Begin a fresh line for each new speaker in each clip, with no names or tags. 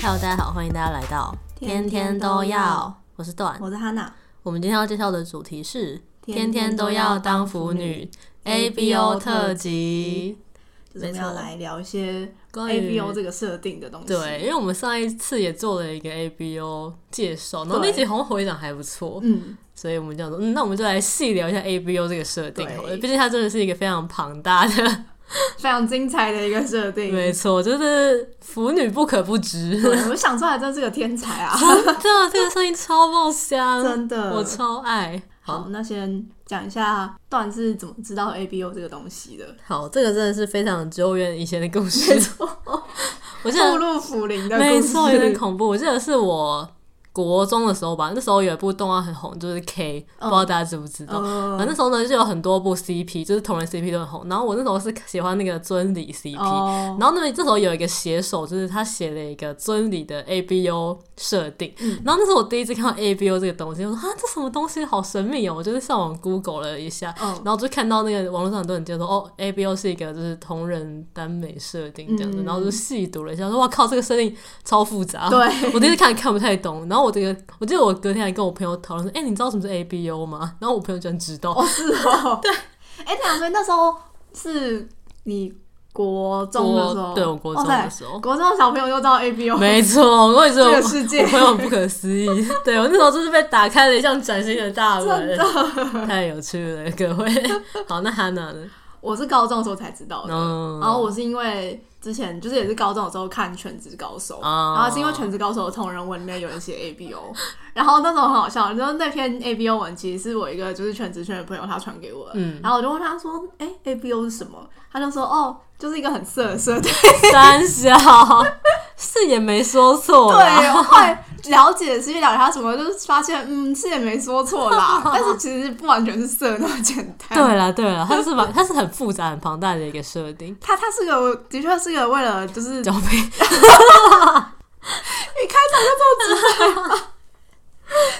Hello，大家好，欢迎大家来到
天天都要，
我是段。
我是哈娜，
我们今天要介绍的主题是
天天都要当腐女
ABO 特辑，
就是我们
没
要
错
来聊一些
关
A
于
B O 这个设定的东西。
对，因为我们上一次也做了一个 ABO 介绍，然后
对
那集好像回响还不错，
嗯，
所以我们就想说，嗯，那我们就来细聊一下 ABO 这个设定好了，
对
毕竟它真的是一个非常庞大的，
非常精彩的一个设定。
没错，就是腐女不可不知，
对我想出来真是个天才 啊，
真的，这个声音超爆香，
真的。
我超爱。好
好，那先讲一下段是怎么知道 A B O 这个东西 的，
好，这个真的是非常久远以前的故事， 我记得
步入腐龄的
没
故事。
错，有点恐怖。我记得是我国中的时候吧，那时候有一部动画很红，就是 K，、不知道大家知不知道。
嗯
反正那时候呢，就有很多部 CP，就是同人 CP 都很红。然后我那时候是喜欢那个尊理 CP，、
哦，
然后那边这时候有一个写手，就是他写了一个尊理的 ABO 设定，
嗯
然后那是我第一次看到 ABO 这个东西，我说啊这什么东西好神秘哦，我就是上网 Google 了一下，
嗯
然后就看到那个网络上很多人就说哦 ABO 是一个就是同人耽美设定这样子，
嗯
然后就细读了一下，说哇靠这个设定超复杂，
对，
我第一次看看不太懂，然后我这个我记得我隔天还跟我朋友讨论说，哎、你知道什么是 ABO 吗？然后我朋友居然知道，
哦是哦，对。哎，对啊，所以那时候是你国中的时候，
我对我国中
哇
的时
塞
候。
国中的小朋友就知道 A B O
没错，我也觉得
这
我
个世界
我，朋友很不可思议。对我那时候就是被打开了一扇崭新的大门，太有趣了，各位。好，那 Hannah 呢？
我是高中的时候才知道的。
嗯，
然后我是因为之前就是也是高中的时候看《全职高手》
哦
啊然后是因为《全职高手》的同人文里面有人写 A B O，然后那时候很好笑，然后那篇 A B O 文其实是我一个就是全职圈的朋友他传给我的，
嗯
然后我就问他说：“哎、a B O 是什么？”他就说：“哦，就是一个很色的设定。
三小是也没说”错
对，啊
啦，
我后来了解是因为了解他什么，就是发现嗯是也没说 错啦，但是其实不完全是色那么简单。
对啦，对啦，它是蛮 它是很复杂、很庞大的一个设定。
他他是个的确是个为了就是
交配，
你开场就这么 直白吗？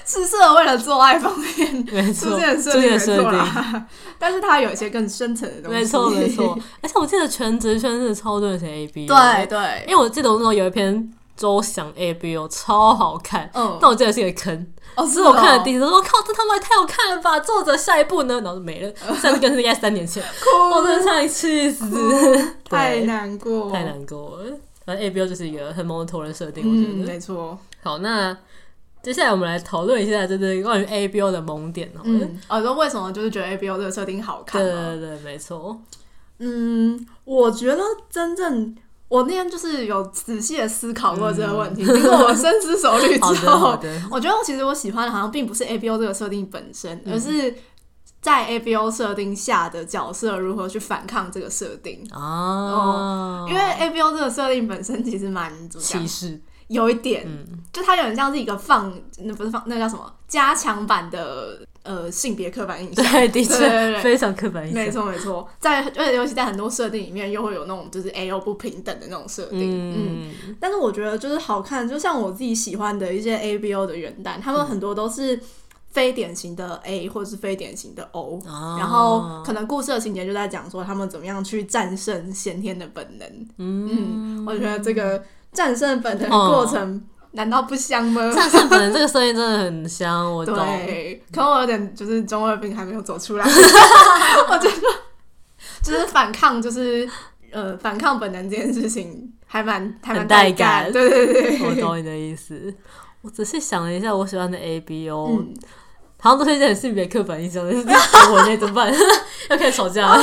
是适合为了做爱方面
没
出
错，
现的设
这
定
个
没
设
错
定。
啦， 但是它有一些更深层的东西。
没错没错，而且我记得全职圈是超多人写 A B，
对，
因
对，
为我记得我那时候有一篇周翔 A B O 超好看，
嗯
但我记得是一个坑，
哦，
是我看了第
一
一次，说靠，这他妈也太好看了吧！作者下一部呢？然后就没了。下一部更是应该三年 前，我真的
哭，
差点气死，
哦 太
对
难过，
太难过了。反正 A B O 就是一个很萌的头人设定，我
嗯，
觉得。
没错，
好，那接下来我们来讨论一下，就是关于 A B O 的萌点哦。
嗯，哦，说为什么就是觉得 A B O 这个设定好看
对
吗？
对对，没错。
嗯，我觉得真正。我那天就是有仔细的思考过这个问题，经过我深思熟虑
嗯 好
之
的好
后，
的，
我觉得其实我喜欢的好像并不是 A B O 这个设定本身，而是在 A B O 设定下的角色如何去反抗这个设定。
哦啊，
因为 A B O 这个设定本身其实蛮怎么
歧
讲，
视，
有一点，
嗯，
就它有点像是一个放，那不是放，那叫什么加强版的呃性别刻板印象。
对，的
对对
确
对
非常刻板印
没
象。
错没错，在而且尤其在很多设定里面，又会有那种就是 A O 不平等的那种设定。嗯
嗯，
但是我觉得就是好看，就像我自己喜欢的一些 A B O 的元旦，他们很多都是非典型的 A 或者是非典型的 O，、
啊
然后可能故事的情节就在讲说他们怎么样去战胜先天的本能。嗯，我觉得这个战胜本能的过程难道不香吗？
战胜本哦人这个声音真的很香，我懂。
对，可我有点就是中二病还没有 走出来，我觉得就是反抗，就是呃反抗本能这件事情还蛮还蛮
很带
感，
感
对对对，
我懂你的意思。我仔细想了一下，我喜欢的 A B O，、
嗯，
好像都是一些很性别刻板印象的，我那怎么办？ 要开始吵架了，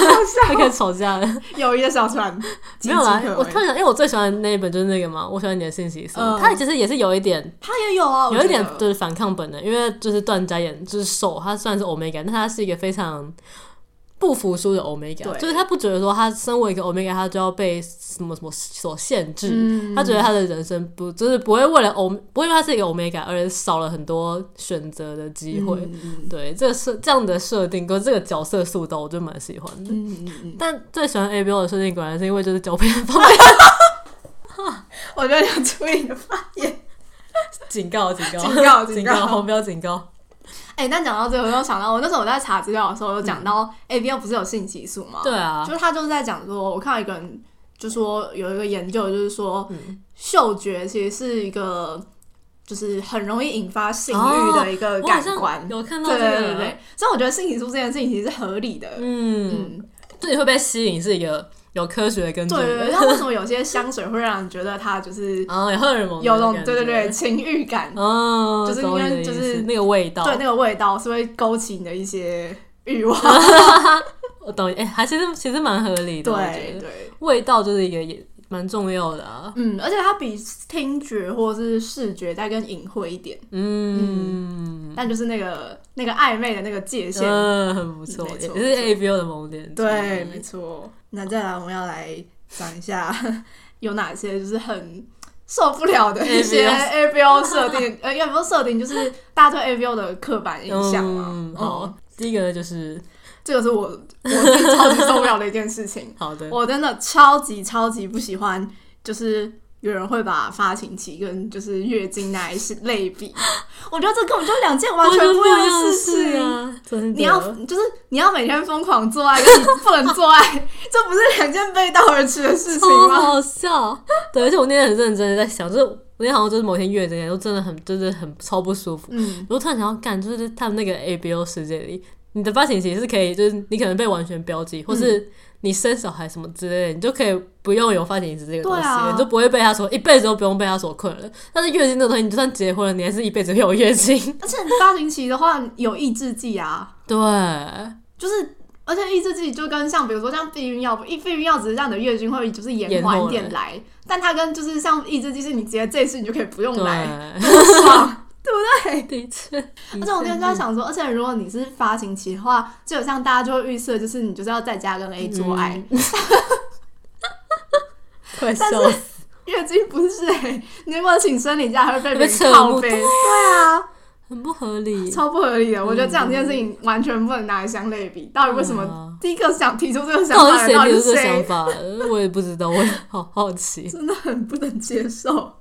要开始吵架 了。
友谊的小 船，
没有啦
岌岌可，危
我突然想，因为我最喜欢的那一本就是那个嘛，我喜欢你的信息素，
嗯
它其实也是有一点，
他也有啊，我
有一点
觉得
就是反抗本能，因为就是段家演就是受，他虽然是 omega，但他是一个非常。不服输的 omega，
对
就是他不觉得说他身为一个 omega，他就要被什么什么所限制，
嗯
他觉得他的人生不就是不会为了欧，不会因为他是一个 omega 而少了很多选择的机会。
嗯
对，这个设这样的设定跟这个角色塑造，我就蛮喜欢的。
嗯嗯嗯嗯，
但最喜欢 A B O 的设定，果然是因为就是交配的方 面
我觉得要注意你的发言。
警告警告
警告
警
警告
告红标警告。
哎、但讲到这个，我又想到我那时候我在查资料的时候有讲到，A B O 不是有性激素吗？
对啊
就是他就是在讲说，我看到一个人就说有一个研究，就是说、嗅觉其实是一个就是很容易引发性欲的一个
我好
感官。
像有看到
对
这
对
个，
对对，所以我觉得性情书这件事情其实是合理的。
嗯，
嗯，
自己会被吸引是一个有科学根据
对对
的，
对。那为什么有些香水会让人觉得它就是
然啊后有荷尔蒙的
有那种
感
对对对
觉，
情欲感？
哦，
就是
懂
应该
你的意
就
思
是
那个味道，
对，那个味道是会勾起你的一些欲望。
我懂，哎、还其实其实蛮合理嗯的，我觉
对
得
对，
味道就是一个也蛮重要的啊，
嗯，而且它比听觉或者是视觉再更隐晦一点，
嗯，
但就是那个那个暧昧的那个界限。
嗯，很不错，
没
也
错
也是 A B O 的萌点，
对，没，错。那再来，我们要来讲一下 有哪些就是很受不了的一些 A B O 设定，呃，也不是设定，就是大家对 A B O 的刻板印象嘛
嗯，。
哦，
好，第一个呢就是
这个是我 我自己超级受不了的一件事情。
好的，
我真的超级超级不喜欢，就是有人会把发情期跟就是月经拿来是类比， 我觉得这根本就两件完全
我觉得
不
不
一样
样
的
的
事
事
情。
啊，真的，
你要就是你要每天疯狂做爱，跟你不能做爱， 这不是两件背道而驰的事情
超
吗？
好笑，对，而且我那天很认真的在想，就是我那天好像就是某天月经来，就真的很就是很超不舒服，
嗯，
我突然想要干，就是他们那个 ABO 世界里，你的发情期是可以，就是你可能被完全标记，或
嗯
是你生小孩什么之类的，你就可以不用有发情期这个东西
对啊
了，你就不会被他所一辈子都不用被他所困了。但是月经这东西，你就算结婚了，你还是一辈子会有月 经。
而且发情期的话有抑制剂啊，
对，
就是。而且抑制剂就跟像比如说像避孕药，避避孕药只是让你的月经会就是延
延
缓一
后
点
了
来，但它跟就是像抑制剂是你直接这一次你就可以不用来，
对，
爽。
的确。
而且我那天就在想说，而且如果你是发情期的话，基本上大家就会预设，就是你就是要在家跟 A
嗯
做爱。
快笑
但
死，
月经不是、欸，你如果请生理假还会被别
被
人
侧
靠
目
背，对啊，
很不合理。
超不合理的。我
嗯
觉得这两件事情完全不能拿来相类比。到底为什
对
么
啊
第一个想提出这个想
到底
法
是
的到
谁
底
提出
是
这个想
谁？
法？ 我也不知道，我也好好奇。
真的很不能接受。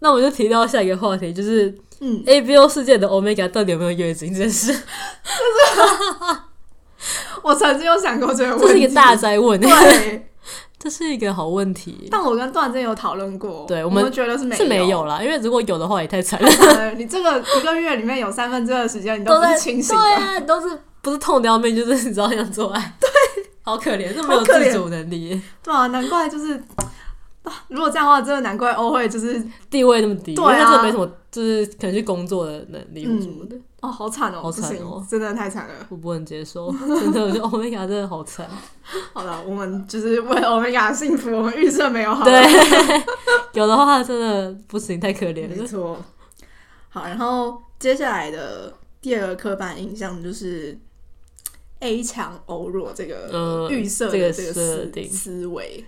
那我们就提到下一个话题，就是
嗯，
A B O 世界的 Omega 到底有没有月经这件事，
我曾经有想过这个
这
问
是
题，
一个大灾问，
对。
这是一个好问题，
但我跟段真有讨论过，
对我
我
们
觉得是没
是没有啦，因为如果有的话也太惨了，
呃你这个一个月里面有三分之二的时间你都不
在
是清醒
对
的，
啊，都是不是痛掉命就是你知道想做爱，对， 好可怜，这没
好
有
可怜
自主能力，
对啊，难怪就是，啊如果这样的话，真的难怪欧会就是，
地位那么低，
对啊
因为他真的没什么，就是可能去工作的能力或什么的，
哦，好惨哦，
好
不
惨
行，
哦
真的太惨了。
我不能接 受，真的，我觉得 Omega 真的好惨，
好了，我们就是为欧米伽的幸福，我们预设没有好，，
对，有的话真的不行，太可怜
没
了，
错。好，然后接下来的第二个刻板印象就是 A 强欧弱这个
呃
预设的
这个
这个
设
思
定
思维。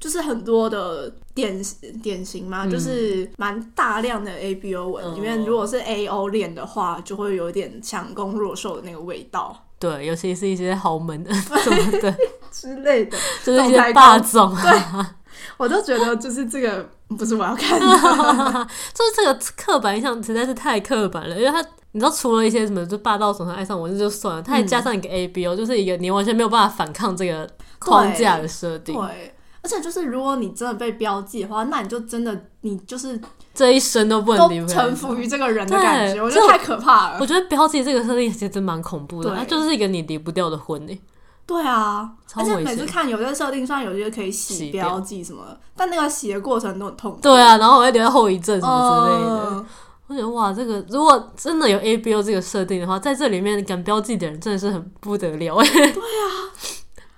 就是很多的典型典型嘛，
嗯
就是蛮大量的 A B O 文、
嗯
里面，如果是 A O 恋的话，就会有点强攻弱受的那个味道。
对，尤其是一些豪门的什么的，
之类的，
就是一些霸总啊。
我都觉得就是这个不是我要 看的。
就是这个刻板印象实在是太刻板了，因为他你知道，除了一些什么就霸道总裁爱上我这就算了，他还
嗯
加上一个 A B O，、就是一个你完全没有办法反抗这个框架的设定，
对，而且就是如果你真的被标记的话，那你就真的你就是
这一生都不
都
能离不开
臣
他。
服于这个人的感觉，
对
我觉得
就
太可怕了
我。觉得标记这个设定其实真蛮恐怖的，
对
它就是一个你离不掉的婚欸诶、
对啊，
超
而且
危
每次
险
看有些设定上有些可以洗
洗
标
掉
记什么的，但那个洗的过程都很痛苦。
对啊，然后我还留下后遗症什么之类的。
嗯
我觉得哇，这个如果真的有 A B O 这个设定的话，在这里面敢标记的人真的是很不得了哎。 对啊，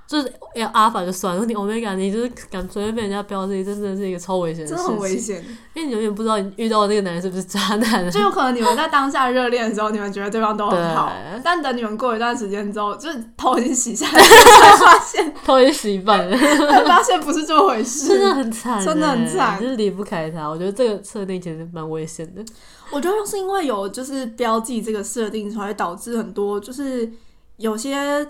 就是要阿法就算了，你 Omega 你就是敢随便被人家标记，这真的是一个超危险的
真
事
的
情，
很危险，
因为你永远不知道你遇到的那个男人是不是渣男啊。
就有可能你们在当下热恋的时候，你们觉得对方都很好
对，
但等你们过一段时间之后，就是头已经洗下来了，才 发现，
偷一洗半了，
才发现不是这么回事。
真的很惨欸，
真的很惨
就是离不开他。我觉得这个设定其实蛮危险的，
我觉得是因为有就是标记这个设定，才会导致很多就是有些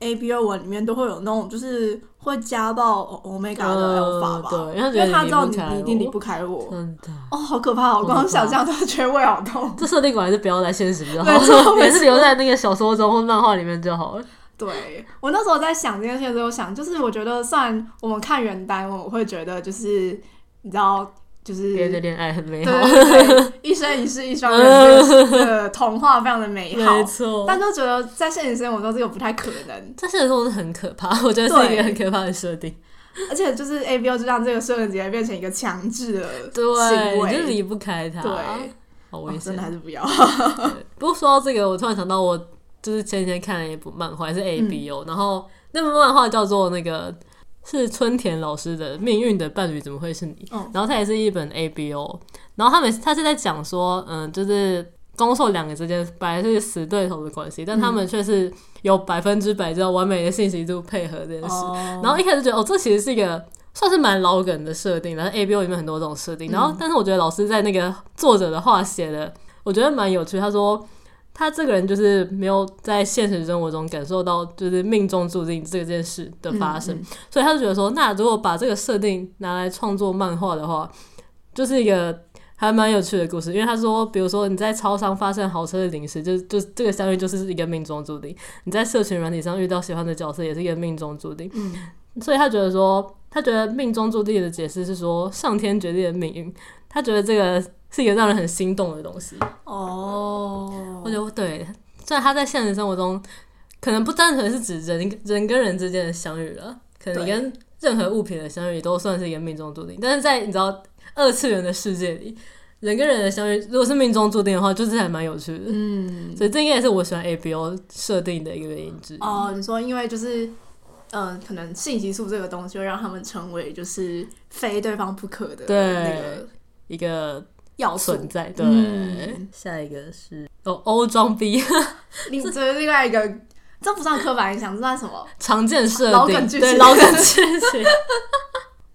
A B O 文里面都会有那种就是会家暴 Omega 的 Alpha 吧，
嗯对因为他觉得
因为他知道
你离不开我
你你一定离不开我。
真的。
哦，好可怕！我光想象都觉得胃好痛。
这设定果然是不要在现实比较好
没错，没错
也是留在那个小说中或漫画里面就好了。
对我那时候在想这件事的时候，想就是我觉得，虽然我们看原单，我会觉得就是你知道，就是
别人的恋爱很美
嗯对
好，
对对对一生一世一双人 这个这个童话非常的美好
没，错。
但就觉得在现实生活中这个不太可能，
在现实中是很可怕， 我觉得是一个很可怕的设定。
而且就是 A B O 就让这个圣诞节变成一个强制的行
对，你就啊
为，
离不开它，
对，
好
哦
危险
真的。还是不要，
对不过说到这个，我突然想到，我就是前几天看了一部漫画，也是
嗯
A B O，、然后那部漫画叫做那个是春田老师的《命运的伴侣怎么会是你》，
嗯
然后它也是一本 A B O，然后他每次他是在讲说，嗯，就是。攻受两个之间本来是死对头的关系，但他
嗯
们却是有百分之百这种完美的信息度配合这件事。
哦
然后一开始觉得哦，这其实是一个算是蛮老梗的设定，然后
嗯
A B O 里面很多这种设定，然后但是我觉得老师在那个作者的话写的，我觉得蛮有趣。他说他这个人就是没有在现实生活中感受到就是命中注定这件事的发生，
嗯嗯
所以他就觉得说，那如果把这个设定拿来创作漫画的话，就是一个。还蛮有趣的故事，因为他说，比如说你在超商发现好吃的零食，就就这个相遇就是一个命中注定；你在社群软体上遇到喜欢的角色，也是一个命中注定。
嗯，
所以他觉得说，他觉得命中注定的解释是说上天决定的命运，他觉得这个是一个让人很心动的东西。
哦
我觉得对，虽然他在现实生活中可能不单纯是指人人跟人之间的相遇了，可能你
对
跟任何物品的相遇都算是一个命中注定，但是在你知道二次元的世界里，人跟人的相遇如果是命中注定的话，就是还蛮有趣的。
嗯，
所以这应该也是我喜欢 A B O 设定的一个原因之一。
哦，你说因为就是，嗯、可能性激素这个东西会让他们成为就是非对方不可的
对
那个
一个
要素。
存在。对，
嗯
下一个是哦，欧装逼
另这是另外一个，这不算刻板印象，这算什么？
常见设定，
老梗剧情
对老梗剧情。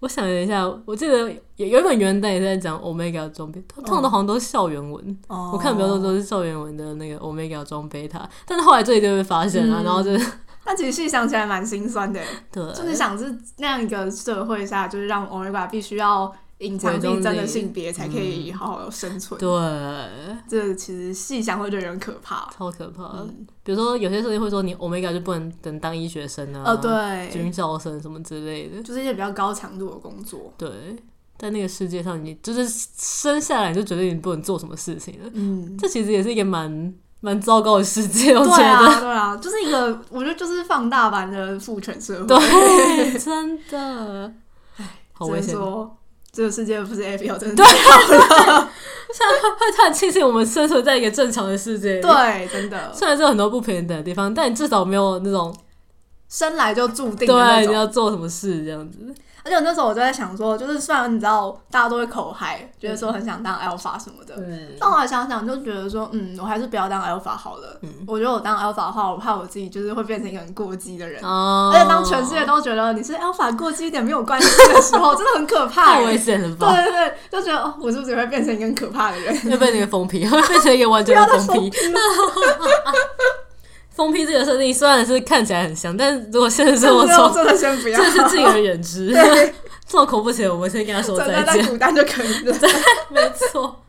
我想了一下，我记得有有一本原单也是在讲 Omega 装备，通常都好像都是校园文。
哦
我看比较多。都是校园文的那个 Omega 装备它，但是后来这里就被发现了，
嗯
然后就是
但其实细想起来蛮心酸的，
对，
就是想是那样一个社会下，就是让 Omega 必须要隐藏
伪
自
装
己真
自
的
己嗯
性别才可以好好生存。
对，
这其实细想会觉得有点可怕。
超可怕的。
嗯，
比如说有些设定会说你 Omega 就不能等当医学生啊，
呃，，对，
军校生什么之类的，
就是一些比较高强度的工作。
对，在那个世界上，你就是生下来你就觉得你不能做什么事情了。
嗯，
这其实也是一个蛮蛮糟糕的世界，我觉
对
得。
啊，对啊，就是一个，我觉得就是放大版的父权社会。
对，真的，好危
只
险！
能
我
说这个世界不是 A B O，真的太好了。
会突然庆幸我们生存在一个正常的世界。，
对，真的，
虽然是有很多不平等的地方，但你至少没有那种
生来就注定的那
对你
种。
要做什么事这样子。
而且我那时候我就在想说，就是虽然你知道大家都会口嗨，觉得说很想当 alpha 什么的，
对，
但后来想想就觉得说，嗯，我还是不要当 alpha 好了。
嗯
我觉得我当 alpha 的话，我怕我自己就是会变成一个很过激的人。
哦，
而且当全世界都觉得你是 alpha 过激一点没有关系的时候，真的很可怕、
太
欸。
危险了吧？
对对对，就觉得哦，我是不是也会变成一个很可怕的人？
会被那个封批，会变成一个完全的
不要
封批。 封批这个设定虽然是看起来很像，但是如果现实生活
这我
中，
真的先不要
这，是敬而远之。
对，
这么恐怖前，我们先跟他说
存
再
在在
见。
古代就可以了。
没错。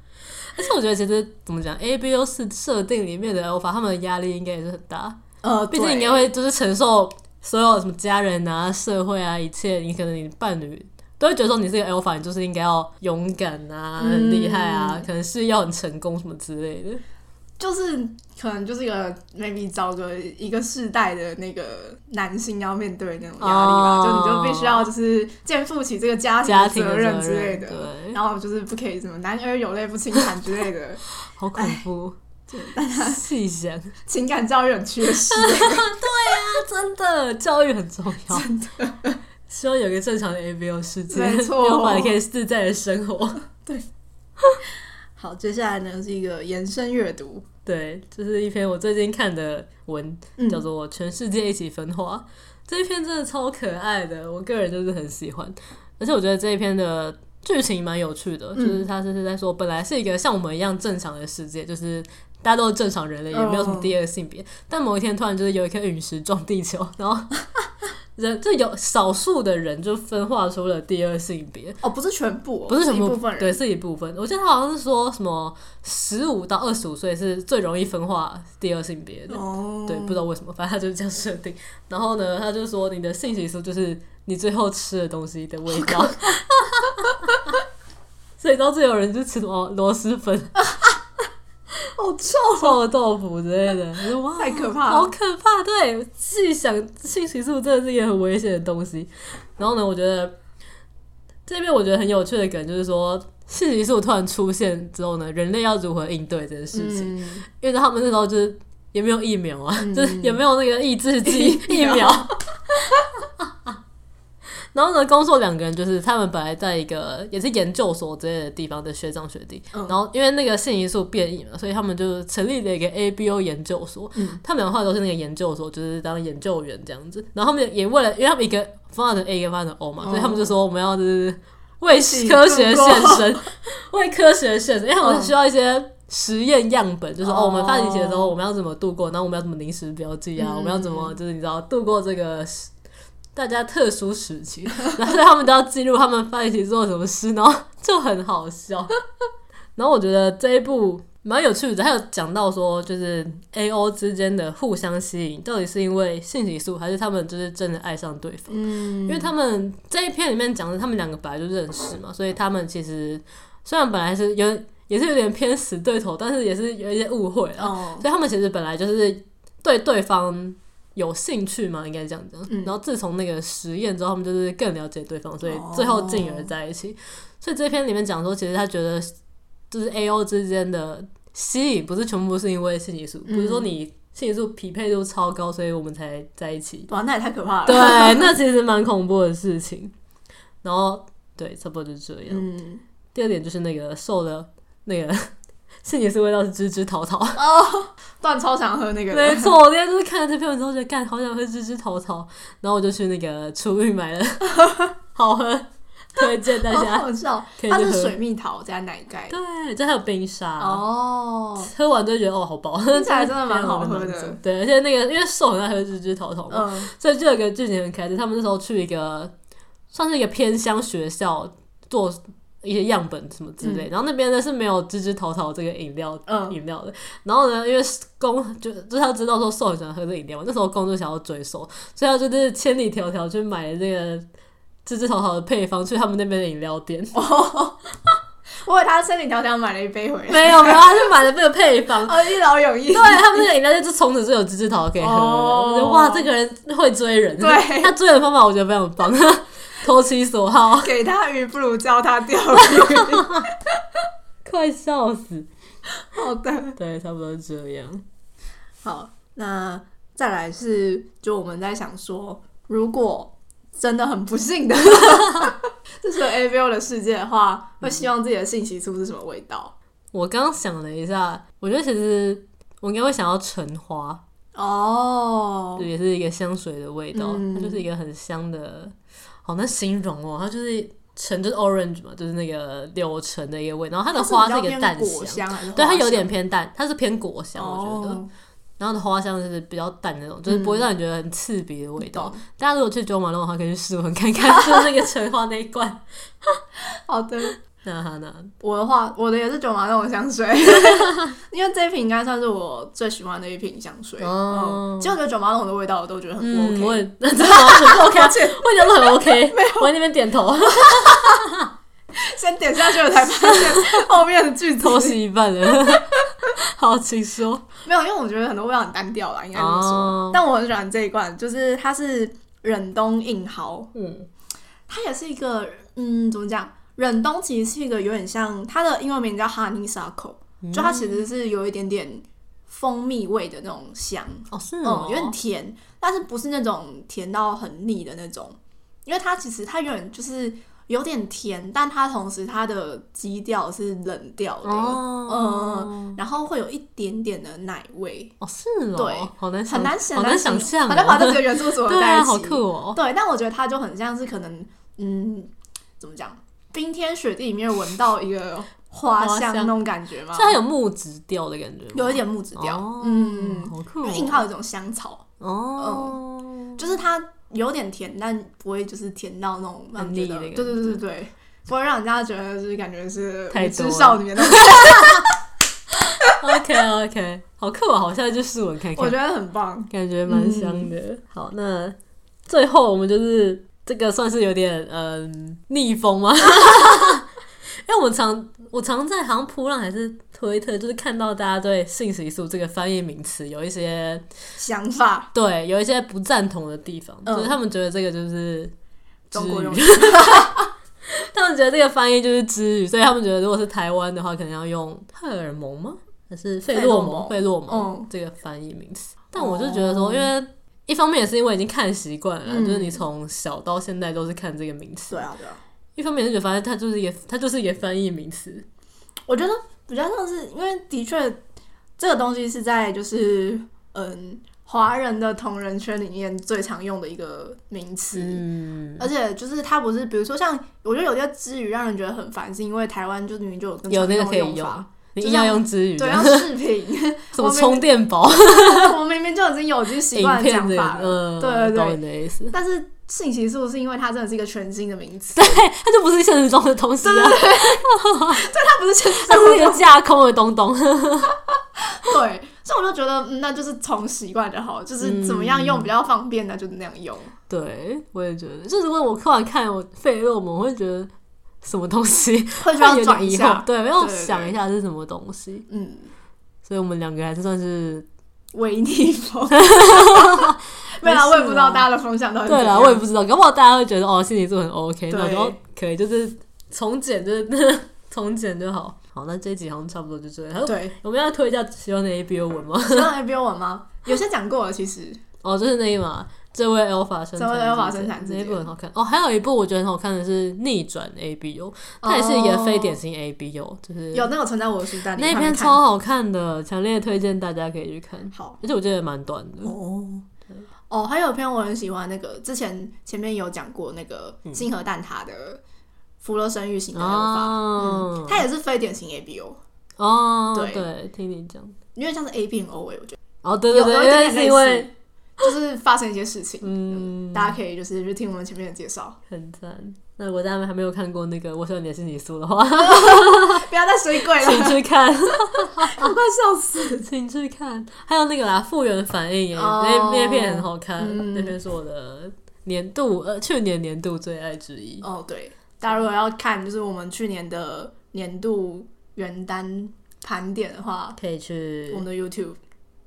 而且我觉得，其实怎么讲，A B O 是设定里面的 Alpha，他们的压力应该也是很大，
呃，
毕竟
对
你应该会就是承受所有什么家人啊、社会啊一切，你可能你伴侣都会觉得说你是一个 Alpha，你就是应该要勇敢啊、
嗯
很厉害啊，可能是要很成功什么之类的。
就是可能就是一个 maybe 找个一个世代的那个男性要面对那种压力吧，
哦
就你就必须要就是肩负起这个家
家
庭
庭的
责任之类
责
的，
任对，
然后就是不可以什么男儿有泪不轻弹之 类的，
好恐
哎
怖。 细想， 啊，
情感教育很 缺失。
真的教育很重要，真的。希望有个正常的 A B O 世界，
没错
要不然你可以自在的生活。
好，接下来呢是一个延伸阅读，
对，这是一篇我最近看的文，
嗯
叫做《全世界一起分花》。这一篇真的超可爱的，我个人就是很喜欢，而且我觉得这一篇的剧情蛮有趣
嗯
的，就是它就是在说，本来是一个像我们一样正常的世界，就是大家都是正常人类，也没有什么
哦
第二性别，但某一天突然就是有一颗陨石撞地球，然后 人就有少数的人就分化出了第二性别，
哦，不是全部哦、
不是全
一部分人，
对，是一部分。我记得他好像是说什么十五到二十五岁是最容易分化第二性别的，
哦，
对，不知道为什么，反正他就是这样设定。然后呢，他就说你的性习俗就是你最后吃的东西的味道， 所以到最后有人就吃螺螺蛳粉、
好臭，
臭豆腐之类的，我说哇，
太可怕
好
了。
可怕！对，自己想性情素真的是一个很危险的东西。然后呢，我觉得这边我觉得很有趣的梗就是说，性情素突然出现之后呢，人类要如何应对这件事情？
嗯，
因为他们那时候就是也没有疫苗啊，
嗯
就是也没有那个抑制剂
疫
疫
苗
苗。然后呢，攻受两个人就是他们本来在一个也是研究所之类的地方的学长学弟，
嗯
然后因为那个性因素变异嘛，所以他们就成立了一个 ABO 研究所。
嗯
他们两个后来都是那个研究所，就是当研究员这样子。然后他们也为了，因为他们一个发展成 A，一个发展成 O 嘛，
哦
所以他们就说我们要就是为
起
科学
更
献
多
身，为科学献身，因为我们需要一些实验样本，就是
哦
嗯哦，我们发情期的时候我们要怎么度过，然后我们要怎么临时标记啊，
嗯
我们要怎么就是你知道度过这个时大家特殊时期，然后他们都要记录他们发情期做了什么事，然后就很好笑。 然后我觉得这一部蛮有趣的，还有讲到说就是 A O 之间的互相吸引，到底是因为性激素，还是他们就是真的爱上对方？
嗯，
因为他们这一篇里面讲的，他们两个本来就认识嘛，所以他们其实虽然本来是有也是有点偏死对头，但是也是有一些误会啊。
哦，
所以他们其实本来就是对对方有兴趣嘛，应该这样讲。
嗯
然后自从那个实验之后，他们就是更了解对方，所以
哦
最后进而在一起。所以这篇里面讲说，其实他觉得就是 A O 之间的吸引不是全部是因为性激素，
嗯
不是说你性激素匹配度超高，所以我们才在一起。
哇，那也太可怕 了。
对，那其实蛮恐怖的事情。然后对，差不多就是这样。
嗯，
第二点就是那个瘦的那个 性也是味道是芝芝桃 桃，
哦，段超想喝那个
没
的，
错，我那天就是看了这篇文之后，觉得干好想喝芝芝桃桃，然后我就去那个厨余 买了好喝，推荐大
好
家。
好笑。
可以
哦它
去
是
喝
水蜜桃加奶盖。
对，啊这还有冰沙。
哦，
喝完就觉得哦，好饱，
听起来真 的蛮好喝的
非常满足对，而且那个因为瘦很爱喝芝芝桃桃嘛，
嗯
所以就有一个剧情很开心，他们那时候去一个算是一个偏乡学校做一些样本什么之类，然后那边呢是没有芝芝桃桃这个饮料。
嗯，
饮料的，然后呢，因为公就就是他知道说瘦很喜欢喝这饮料嘛，那时候公就想要追瘦，所以他就是千里迢迢去买了这个芝芝桃桃的配方，去他们那边的饮料店。
哦，我以为他千里迢�迢买了一 杯回来，
没有没有，他就买了这个配方，
哦，一劳永逸。
对他们那个饮料店就从此就有芝芝桃可以喝了。
哦
我觉得哇，这个人会追人，
对
他追人的方法我觉得非常棒， 投其所 好，
给他鱼不如教他钓 鱼。
快笑死。
好的，
对，差不多这样。
好，那再来是就我们在想说，如果真的很不幸的， 这是 A V O 的世界的话，会希望自己的信息素是什么味道？
我刚刚想了一下，我觉得其实我应该会想要橙花，
哦
就，也是一个香水的味道，
嗯
它就是一个很香的，好难形容哦，它就是。橙就是 orange 嘛，就是那个柳橙的一个味，然后它的花是一个淡
它是比较偏果
香，
香还是花香
对，它有点偏淡，它是偏果香，我觉得。
哦嗯
然后它的花香就是比较淡的那种，就是不会让你觉得很刺鼻的味道。
懂
大家如果去九马龙的话，可以去试闻看 看，就是那个橙花那一罐。
好的。
那哈那，
我的话，我的也是九马那种香 水，因为这一瓶应该算是我最喜欢的一瓶香水。
哦
嗯，其实我觉得九马龙的味道我都觉得很不 OK，、
嗯，我 也那真的很 OK，
而且
我也觉得很 OK，我在那边点头，
先点下去，我才发现后面的句
头
子
洗一半了。 好，请说。
没有，因为我觉得很多味道很单调啦，应该这么说。
哦
但我很喜欢这一罐，就是它是忍冬硬蒿，
嗯
它也是一个嗯，怎么讲？忍冬其实是一个有点像它的英文名叫 honeysuckle，、就它其实是有一点点蜂蜜味的那种香，
哦是
嗯，
哦，
有点甜，但是不是那种甜到很腻的那种，因为它其实它有点就是有点甜，但它同时它的基调是冷调的，
哦，
然后会有一点点的奶味，
哦是哦，
对，
好难想
很难想，
好难想象哦，
好难把这几个元素组合
对
在一
啊，
起，
好酷哦，
对，但我觉得它就很像是可能，嗯，怎么讲，冰天雪地里面闻到一个花
花
香
香
那种感觉吗
所？以它有木质调的感觉吗，
有一点木质调，
哦
嗯，
好酷
因
哦
为硬，号有一种香草，
哦，
就是它有点甜，但不会就是甜到那种让
很
你
腻
觉得
那个
对对对对对，不会让人家觉得就是感觉是
太
无
多
知
了
少女的那种。
OK OK，好课文好像就试闻看
我
看
觉，得很棒。
感觉蛮香的。嗯好，那最后我们就是这个算是有点嗯逆风 吗？因为哎我们常我常在好像扑浪还是推特，就是看到大家对性习俗这个翻译名词有一些
想法，
对有一些不赞同的地方，
嗯
就是他们觉得这个就是
中国
之
用
语， 他们觉得这个翻译就是之语，所以他们觉得如果是台湾的话，可能要用荷尔蒙吗？还是费洛蒙？
费
费洛蒙、
嗯哦
这个翻译名词。但我就觉得说，因为一方面也是因为已经看习惯了啦，
嗯
就是你从小到现在都是看这个名词；
对啊对啊，
一方面是觉得反正它就是一个它就是一个翻译名词，
我觉得比较像是，因为的确这个东西是在就是嗯华人的同人圈里面最常用的一个名词。
嗯，
而且就是它不是，比如说像我觉得有些之语让人觉得很烦，是因为台湾就明明就有跟
有那个
常
可
用
以
的用
用
法，，
你
就
硬要
像
用之语，啊
对，像 视频，
什么
我明
充电宝、
我明明就已经有已经习惯
影
的
片
讲
这个，
法了，
嗯，
对对对
懂你的意思，
但是性习俗是因为它真的是一个全新的 名词，
它就不是现实中的东 西啊，
它不是全新
它是一
的
个架空的东东。
对，所以我就觉得，嗯，那就是从习惯就好，就是怎么样
嗯
用比较方便，那就那样用。
对，我也觉得，就是如果我突然看我费洛蒙，我会觉得什么东西，
会需
突然
要
有
转
点
一
疑惑，
下，
对，要
对对
想一下是什么东西。
嗯，
所以我们两个还是算是
维尼风。 没啦，我也不知道大家的风向到底
对
怎
啦，
么样
我也不知道，搞不好大家会觉得哦，心理素很 OK，
对
那就哦可以就是从简，就是 从简就好。好，那这一集好像差不多就这样。
对。
我们要推一下喜欢的 A B O 文吗？
知道 A B O 文吗？有些讲过了，其实
哦，就是那一嘛，这位 Alpha 生产，
这位 Alpha 生产之
那
间
一部很好看。哦，还有一部我觉得很好看的是《逆转 A B O》，它也是一
哦
个非典型 A B O，、就是
有那个存在我的书单
嗯
里，
那一
快
篇
去看
超好看的，强烈推荐大家可以去看，
好
而且我觉得蛮短的。
哦。哦，还有一篇我很喜欢，那个之前前面有讲过那个
嗯
星河蛋挞的福罗生育型的疗
啊
法，
哦、
它也是非典型 A B O，
哦，
对
对，听你讲。
因为像是 A 变 O 哎、我觉得。
哦，对对对，
有有一
因
点
为
点
是因
类
为
似，就是发生一些事情，
嗯，
大家可以就是去听我们前面的介绍，
很赞。那如果大家还没有看过那个《我喜欢你的心理素》的话，
不要再水鬼
请
了，
去看，
我快笑 死。
请去看。还有那个啦，《复原反应》耶，
哦
那那片很好看，
嗯
那片是我的年度呃去年年度最爱之一。
哦，对，大家如果要看就是我们去年的年度元旦盘点的话，
可以去
我们的 YouTube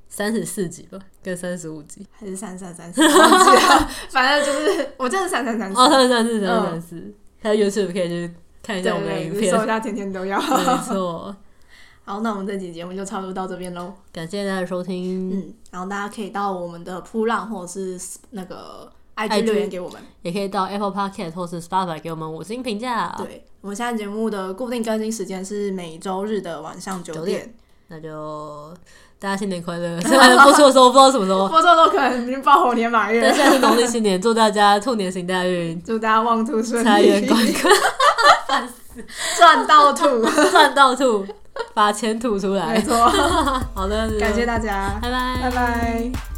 三十四集吧，跟三十五集。
还是三三 三四，忘记了，反正就是我真的三三三
哦，
四，
三十三四，三十三四，还有 YouTube 可以去看一
对
下我们的影
对对，
片
搜。一下天天都要。
没错，
好，那我们这期节目就差不多到这边喽。
感谢大家的收听，
嗯，然后大家可以到我们的扑浪或者是那个 IG
IG
留言给我们。
也可以到 Apple Podcast 或是 Spotify 给我们五星评价。
对，我们现在节目的固定更新时间是每周日的晚上九
9
点。
那就大家新年快乐！虽然播出的时候不知道什么时
播
候，
出都可能已经爆火年马月
但
了，
现在是农历新年，祝大家兔年行大运，
祝大家望兔顺
财源
利，
广
赚到兔。
进，赚到兔，把钱吐出
没
来。
错，
好的，
感谢大家，
拜拜，
拜拜。